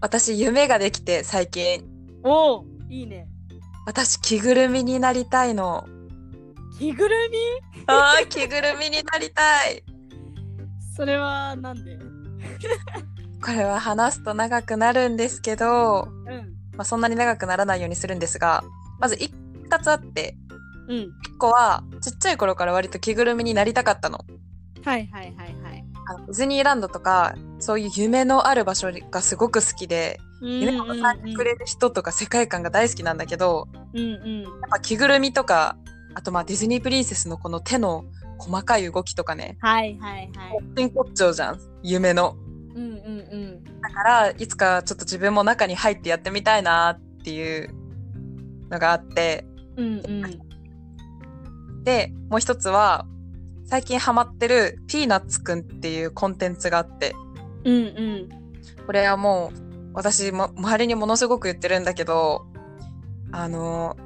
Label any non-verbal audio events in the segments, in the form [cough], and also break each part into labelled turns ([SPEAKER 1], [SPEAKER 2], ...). [SPEAKER 1] 私夢ができて最近
[SPEAKER 2] おおいいね
[SPEAKER 1] 私着ぐるみになりたいの
[SPEAKER 2] 着ぐるみ
[SPEAKER 1] あー着ぐるみになりたい
[SPEAKER 2] それはなんで
[SPEAKER 1] これは話すと長くなるんですけど、
[SPEAKER 2] うん
[SPEAKER 1] まあ、そんなに長くならないようにするんですがまず2つあって
[SPEAKER 2] うん
[SPEAKER 1] 1個はちっちゃい頃から割と着ぐるみになりたかったの
[SPEAKER 2] はいはいはいはい
[SPEAKER 1] あのディズニーランドとかそういう夢のある場所がすごく好きで夢を支えてくれる人とか世界観が大好きなんだけど、
[SPEAKER 2] うんうん
[SPEAKER 1] やっぱ着ぐるみとかあとまあディズニープリンセスのこの手の細かい動きとかね
[SPEAKER 2] はいはいはい
[SPEAKER 1] 真骨頂じゃん夢の
[SPEAKER 2] うんうんうん
[SPEAKER 1] だからいつかちょっと自分も中に入ってやってみたいなっていうのがあって
[SPEAKER 2] うんうん
[SPEAKER 1] でもう一つは最近ハマってる「ピーナッツくん」っていうコンテンツがあって
[SPEAKER 2] うんうん
[SPEAKER 1] これはもう私も周りにものすごく言ってるんだけどあの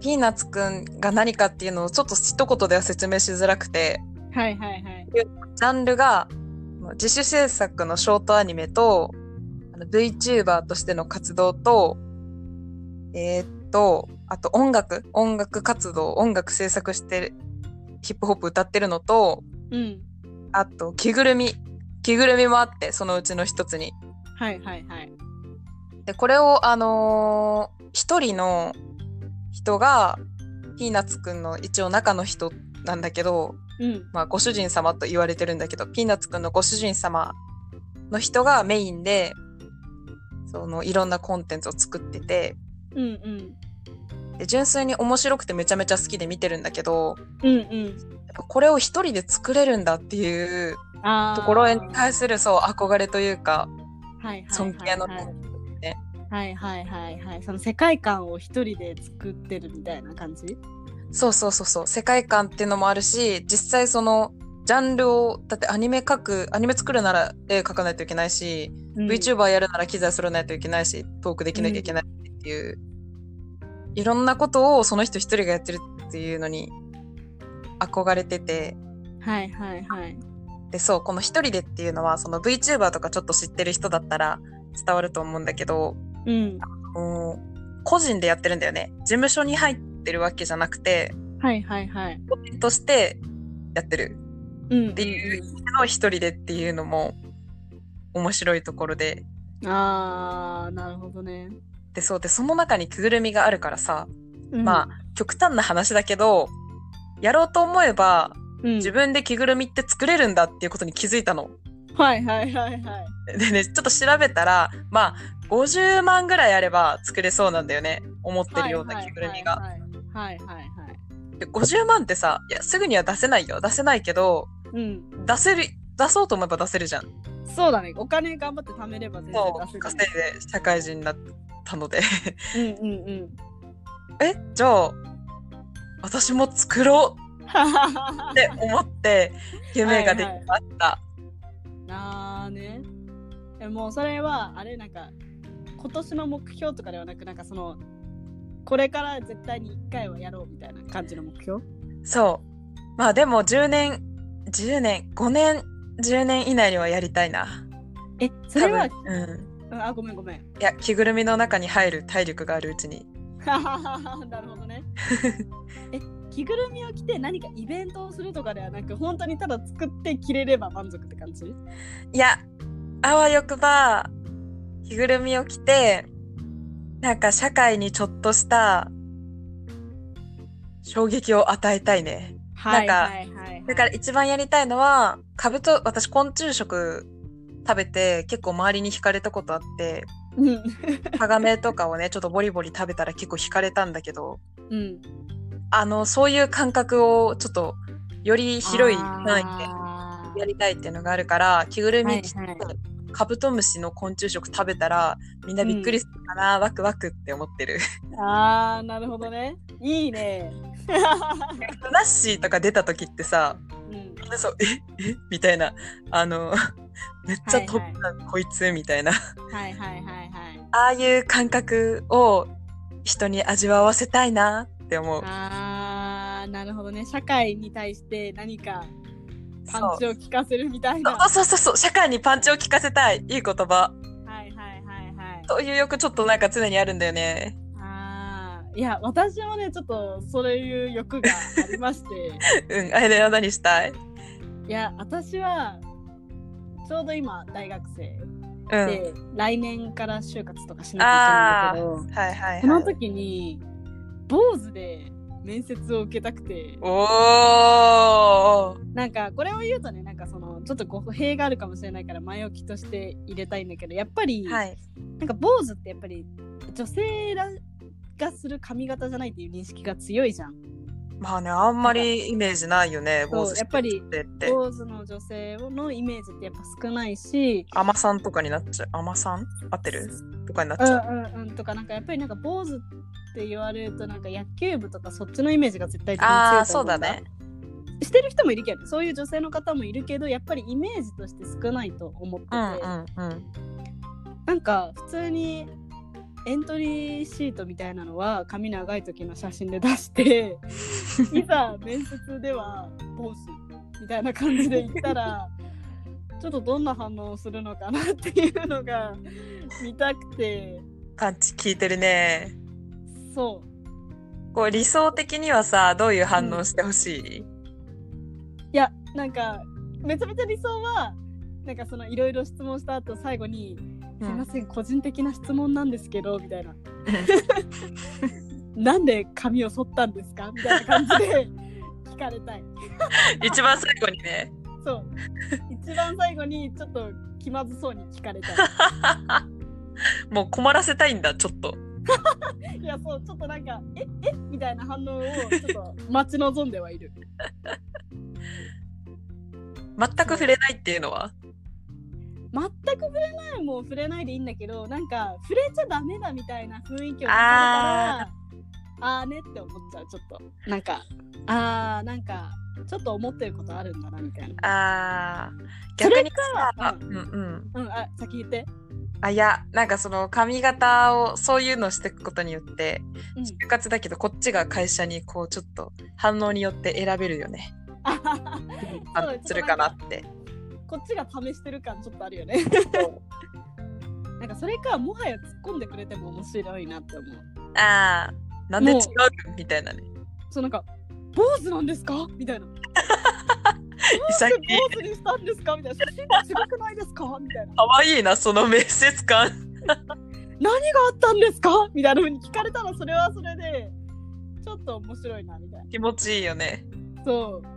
[SPEAKER 1] ピーナッツくんが何かっていうのをちょっと一言では説明しづらくて
[SPEAKER 2] はいはいはい
[SPEAKER 1] ジャンルが自主制作のショートアニメとあの VTuber としての活動とえーっとあと音楽音楽活動音楽制作してヒップホップ歌ってるのと
[SPEAKER 2] うん
[SPEAKER 1] あと着ぐるみ着ぐるみもあってそのうちの一つに。
[SPEAKER 2] はいはいはい
[SPEAKER 1] でこれをあのー一人の人がピーナッツくんの一応中の人なんだけど
[SPEAKER 2] うん
[SPEAKER 1] まあ、ご主人様と言われてるんだけどピーナッツくんのご主人様の人がメインでそのいろんなコンテンツを作ってて
[SPEAKER 2] うんうん
[SPEAKER 1] で純粋に面白くてめちゃめちゃ好きで見てるんだけど
[SPEAKER 2] うんうん
[SPEAKER 1] やっぱこれを一人で作れるんだっていう
[SPEAKER 2] あー
[SPEAKER 1] ところに対するそう憧れというか
[SPEAKER 2] はいはい
[SPEAKER 1] 尊敬の、
[SPEAKER 2] はいはいはいはいはいその世界観を一人で作ってるみたいな感じ
[SPEAKER 1] そうそうそうそう世界観っていうのもあるし実際そのジャンルをだってアニメ描くアニメ作るなら絵描かないといけないし、
[SPEAKER 2] うん
[SPEAKER 1] VTuber やるなら機材揃えないといけないしトークできなきゃいけないっていう、いろんなことをその人一人がやってるっていうのに憧れてて
[SPEAKER 2] はいはいはい
[SPEAKER 1] でそうこの一人でっていうのはその VTuber とかちょっと知ってる人だったら伝わると思うんだけど
[SPEAKER 2] うん
[SPEAKER 1] もう個人でやってるんだよね事務所に入ってるわけじゃなくて
[SPEAKER 2] はいはいはい
[SPEAKER 1] 個人としてやってる
[SPEAKER 2] うん
[SPEAKER 1] っていうのを一人でっていうのも面白いところで
[SPEAKER 2] あーなるほどね
[SPEAKER 1] でそうでその中に着ぐるみがあるからさまあ
[SPEAKER 2] あ、
[SPEAKER 1] 極端な話だけどやろうと思えば
[SPEAKER 2] うん
[SPEAKER 1] 自分で着ぐるみって作れるんだっていうことに気づいたの。 [laughs]
[SPEAKER 2] はいはいはいはい
[SPEAKER 1] でねちょっと調べたらまあ50万ぐらいあれば作れそうなんだよね思ってるような着ぐるみが。
[SPEAKER 2] はいはいはいはいはい
[SPEAKER 1] で50万ってさいやすぐには出せないよ出せないけど
[SPEAKER 2] うん
[SPEAKER 1] 出せる出そうと思えば出せるじゃん。
[SPEAKER 2] そうだねお金頑張って貯めれば全然
[SPEAKER 1] そう
[SPEAKER 2] 出せる
[SPEAKER 1] 稼いで社会人になったので [laughs]
[SPEAKER 2] うんうんうん
[SPEAKER 1] えじゃあ私も作ろうって思
[SPEAKER 2] [laughs]
[SPEAKER 1] って夢ができました。
[SPEAKER 2] なあねえもうそれはあれなんか今年の目標とかではなくなんかそのこれから絶対に1回はやろうみたいな感じの目標
[SPEAKER 1] そう。まあでも10年、10年、5年、10年以内にはやりたいな。
[SPEAKER 2] えそれ
[SPEAKER 1] 多
[SPEAKER 2] は
[SPEAKER 1] 分うん。
[SPEAKER 2] うんあごめんごめ
[SPEAKER 1] い
[SPEAKER 2] ん
[SPEAKER 1] や、着ぐるみの中に入る体力があるうちに。
[SPEAKER 2] [laughs] なるほ
[SPEAKER 1] [laughs]
[SPEAKER 2] どねえ着ぐるみを着て何かイベントをするとかではなく本当にただ作って着れれば満足って感じ
[SPEAKER 1] いや、あわよくば、着ぐるみを着て、なんか社会にちょっとした衝撃を与えたいね。
[SPEAKER 2] はい
[SPEAKER 1] はい
[SPEAKER 2] はい
[SPEAKER 1] それから一番やりたいのは、カブト、私昆虫食食べて結構周りに惹かれたことあって、
[SPEAKER 2] うん
[SPEAKER 1] タガメとかをね、ちょっとボリボリ食べたら結構惹かれたんだけど、
[SPEAKER 2] うん
[SPEAKER 1] あの、そういう感覚をちょっとより広い範囲
[SPEAKER 2] あ
[SPEAKER 1] でやりたいっていうのがあるから、着ぐるみ着て、
[SPEAKER 2] はいはい
[SPEAKER 1] カブトムシの昆虫食食べたら、みんなびっくりするかな、ワクワクって思ってる。 [laughs]
[SPEAKER 2] ーあーなるほどねいいね [laughs]
[SPEAKER 1] ナッシーとか出た時ってさ、
[SPEAKER 2] うん
[SPEAKER 1] みんなそう、ええみたいな、あの、 [laughs] めっちゃ飛ぶな、こいつみたいな、
[SPEAKER 2] はいはいはいはい
[SPEAKER 1] ああいう感覚を人に味わわせたいなって思う。
[SPEAKER 2] あーなるほどね社会に対して何かパ
[SPEAKER 1] そ
[SPEAKER 2] ンチを効かせるみたいな
[SPEAKER 1] うそうそうそうそう、社会にパンチを効かせたい。いい言葉。
[SPEAKER 2] はいはいはいはいはい。
[SPEAKER 1] そういう欲ちょっとなんか常にあるんだよね。 [laughs]
[SPEAKER 2] ああ、いや、私もね、ちょっとそういう欲があ
[SPEAKER 1] [laughs]
[SPEAKER 2] りまして、
[SPEAKER 1] うん、あれだよ、何したい
[SPEAKER 2] いや、私は、ちょうど今、大学生
[SPEAKER 1] うん。はい
[SPEAKER 2] で、来年から就活とかしなきゃいけないんだけど、
[SPEAKER 1] はいはい。
[SPEAKER 2] その時に、坊主で面接を受けたくて、
[SPEAKER 1] おー
[SPEAKER 2] なんか、これを言うとね、なんかその、ちょっと語弊があるかもしれないから、前置きとして入れたいんだけど、やっぱり、
[SPEAKER 1] はい。
[SPEAKER 2] なんか坊主ってやっぱり女性らがする髪型じゃないっていう認識が強いじゃん。
[SPEAKER 1] まあね、あんまりイメージないよね、
[SPEAKER 2] そう
[SPEAKER 1] 坊主
[SPEAKER 2] やっぱり
[SPEAKER 1] してって。
[SPEAKER 2] 坊主の女性のイメージってやっぱ少ないし、
[SPEAKER 1] アマさんとかになっちゃう。アマさん合ってるとかになっち
[SPEAKER 2] うん
[SPEAKER 1] ゃう。
[SPEAKER 2] うんうんとかなんかやっぱりなんか坊主って言われるとなんか野球部とかそっちのイメージが絶対的に強いと思うん
[SPEAKER 1] ああ、そうだね。。
[SPEAKER 2] してる人もいるけど、そういう女性の方もいるけど、やっぱりイメージとして少ないと思ってて、
[SPEAKER 1] うんうんうん。
[SPEAKER 2] なんか普通に。エントリーシートみたいなのは髪長い時の写真で出していざ面接では坊主みたいな感じで行ったらちょっとどんな反応をするのかなっていうのが見たくて
[SPEAKER 1] パンチ効いてるね。
[SPEAKER 2] そ
[SPEAKER 1] こう理想的にはさ、どういう反応してほしい、
[SPEAKER 2] ういやなんかめちゃめちゃ理想はなんかそのいろいろ質問した後最後に「す
[SPEAKER 1] う
[SPEAKER 2] い
[SPEAKER 1] ん
[SPEAKER 2] ません個人的な質問なんですけど」みたい [laughs] な「なんで髪を剃ったんですか?」みたいな感じで [laughs] 聞かれたい。
[SPEAKER 1] 一番最後にね。
[SPEAKER 2] そう一番最後にちょっと気まずそうに聞かれたい。 [laughs]
[SPEAKER 1] もう困らせたいんだ、ちょっと。
[SPEAKER 2] いやそうちょっとなんかええみたいな反応をちょっと待ち望んではいる
[SPEAKER 1] 全く触れないっていうのは。
[SPEAKER 2] 全く触れないもん触れないでいいんだけどなんか触れちゃダメだみたいな雰囲気を出されたらあーねって思っちゃうちょっとなんかあーなんかちょっと思ってることあるんだなみたいな
[SPEAKER 1] ああ。
[SPEAKER 2] そ
[SPEAKER 1] 逆
[SPEAKER 2] れ
[SPEAKER 1] に
[SPEAKER 2] か
[SPEAKER 1] さ、うんうん。
[SPEAKER 2] うんあ先言って
[SPEAKER 1] あいやなんかその髪型をそういうのをしていくことによって
[SPEAKER 2] うん
[SPEAKER 1] 就活だけどこっちが会社にこうちょっと反応によって選べるよね
[SPEAKER 2] あはは
[SPEAKER 1] あするかなって
[SPEAKER 2] こっちが試してる感ちょっとあるよね [laughs] なんかそれかもはや突っ込んでくれても面白いなって思う
[SPEAKER 1] ああなんで違う
[SPEAKER 2] もう
[SPEAKER 1] みたいなね
[SPEAKER 2] そうなんか坊主なんですかみたいな
[SPEAKER 1] 潔い
[SPEAKER 2] 坊主にしたんですかみたいな写真って違くないですかみたいな
[SPEAKER 1] 可愛いなその面接感
[SPEAKER 2] 何があったんですかみたいな風に聞かれたらそれはそれでちょっと面白いなみたい
[SPEAKER 1] 気持ちいいよね
[SPEAKER 2] なそう
[SPEAKER 1] [laughs]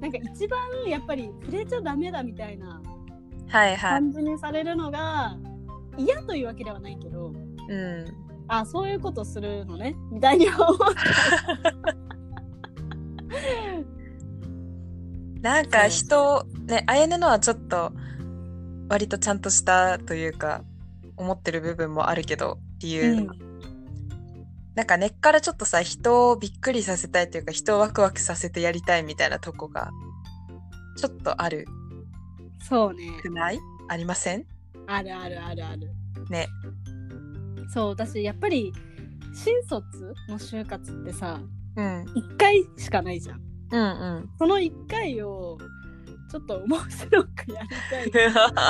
[SPEAKER 2] なんか一番やっぱり触れちゃダメだみたいな
[SPEAKER 1] はいはい、
[SPEAKER 2] 感じにされるのが嫌というわけではないけど
[SPEAKER 1] うん
[SPEAKER 2] あそういうことするのねみたいに思う
[SPEAKER 1] なんか人をねあやねのはちょっと割とちゃんとしたというか思ってる部分もあるけど理由、
[SPEAKER 2] うん
[SPEAKER 1] なんか根っからちょっとさ人をびっくりさせたいというか人をワクワクさせてやりたいみたいなとこがちょっとある
[SPEAKER 2] そうね
[SPEAKER 1] くないありません
[SPEAKER 2] あるあるあるある
[SPEAKER 1] ね
[SPEAKER 2] そう私やっぱり新卒の就活ってさ
[SPEAKER 1] うん
[SPEAKER 2] 1回しかないじゃん
[SPEAKER 1] うんうん
[SPEAKER 2] その1回をちょっと面白くやりた [laughs] い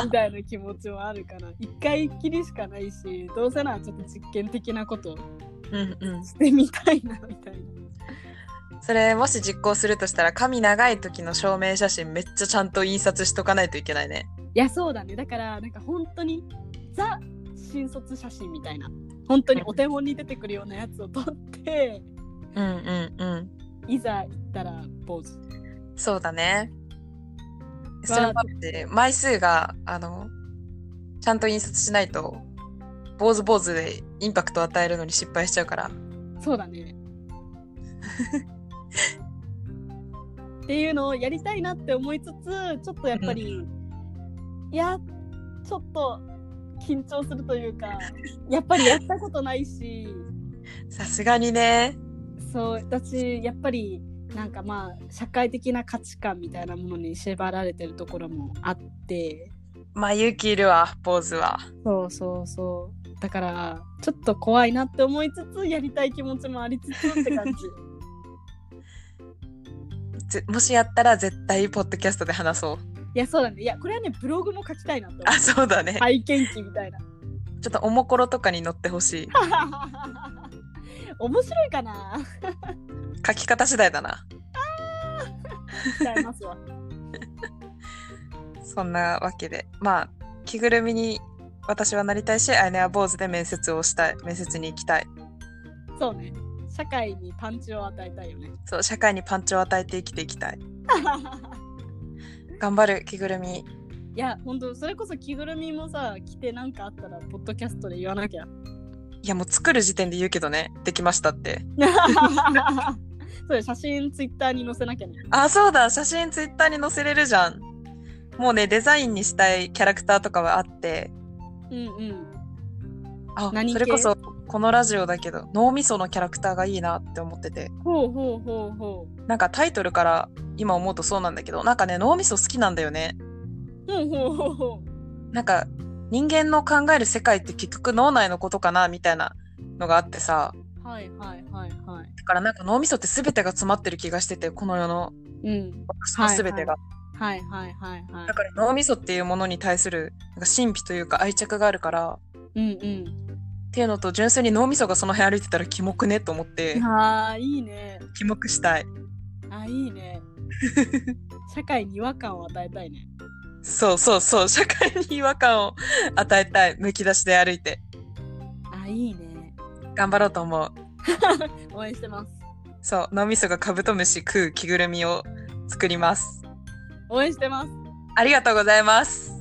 [SPEAKER 2] みたいな気持ちもあるから1回きりしかないしどうせならちょっと実験的なことを
[SPEAKER 1] [laughs] うんうん
[SPEAKER 2] してみたいなみたいな
[SPEAKER 1] それもし実行するとしたら髪長い時の証明写真めっちゃちゃんと印刷しとかないといけないね
[SPEAKER 2] いやそうだねだからなんか本当にザ新卒写真みたいな本当にお手本に出てくるようなやつを撮って
[SPEAKER 1] うんうんうん
[SPEAKER 2] いざ行ったら坊主
[SPEAKER 1] そうだね。
[SPEAKER 2] わあ
[SPEAKER 1] それもあって、枚数が、あの、ちゃんと印刷しないと、坊主坊主でインパクトを与えるのに失敗しちゃうから。
[SPEAKER 2] そうだねっていうのをやりたいなって思いつつちょっとやっぱり、いやちょっと緊張するというかやっぱりやったことないし
[SPEAKER 1] さすがにね。
[SPEAKER 2] そう私やっぱりなんかまあ社会的な価値観みたいなものに縛られてるところもあって
[SPEAKER 1] まあ、勇気いるわ、坊主は。
[SPEAKER 2] そうそうそうだからちょっと怖いなって思いつつやりたい気持ちもありつつって [laughs] 感じ
[SPEAKER 1] ぜもしやったら絶対、ポッドキャストで話そう。
[SPEAKER 2] いやそうだねいやこれはねブログも書きたいなと思う
[SPEAKER 1] あ、そうだね。
[SPEAKER 2] 体験記みたいな。
[SPEAKER 1] ちょっとおもころとかに乗ってほしい。
[SPEAKER 2] 面白いか [laughs] な
[SPEAKER 1] 書き方次第だな。
[SPEAKER 2] ちゃいますわ。
[SPEAKER 1] そんなわけで、まあ、着ぐるみに私はなりたいし、アイネは坊主で面接をしたい。面接に行きたい。
[SPEAKER 2] そうね。社会にパンチを与えたいよ [laughs] ね。
[SPEAKER 1] そう、社会にパンチを与えて生きていきたい。頑張る、着ぐるみ。
[SPEAKER 2] いや、ほんと、それこそ着ぐるみもさ、着てなんかあったら、ポッドキャストで言わなきゃ。
[SPEAKER 1] いや、もう作る時点で言うけどね、できましたって。
[SPEAKER 2] [laughs] そうだよ写真ツイッターに載せなきゃね。
[SPEAKER 1] あ、そうだ、写真ツイッターに載せれるじゃん。もうね、デザインにしたいキャラクターとかはあって、
[SPEAKER 2] うんうん。
[SPEAKER 1] あ、
[SPEAKER 2] 何系
[SPEAKER 1] それこそ、このラジオだけど、脳みそのキャラクターがいいなって思ってて。
[SPEAKER 2] ほうほうほうほう。
[SPEAKER 1] なんかタイトルから今思うとそうなんだけどなんかね脳みそ好きなんだよね
[SPEAKER 2] ほうほうほうほ
[SPEAKER 1] なんか人間の考える世界って結局脳内のことかなみたいなのがあってさ
[SPEAKER 2] う。はいはいはいはい。
[SPEAKER 1] だからなんか脳みそって全てが詰まってる気がしててこの世の
[SPEAKER 2] うん。
[SPEAKER 1] 私の全てが、
[SPEAKER 2] はいはいはいはい
[SPEAKER 1] だ。から脳みそっていうものに対するなんか神秘というか愛着があるから
[SPEAKER 2] うん
[SPEAKER 1] っていうのと純粋に脳みそがその辺歩いてたらキモくねと思っ
[SPEAKER 2] う
[SPEAKER 1] て
[SPEAKER 2] ん。ああ、いいね。
[SPEAKER 1] キモくしたい
[SPEAKER 2] あいい [laughs] ね。社会に違和感を与えたいね。
[SPEAKER 1] そうそうそう社会に違和感を与えたいむき出しで歩いて
[SPEAKER 2] あいいね。
[SPEAKER 1] 頑張ろうと思う
[SPEAKER 2] 応援してます。
[SPEAKER 1] そう、脳みそがカブトムシ食う着ぐるみを作ります。
[SPEAKER 2] 応援してます。
[SPEAKER 1] ありがとうございます。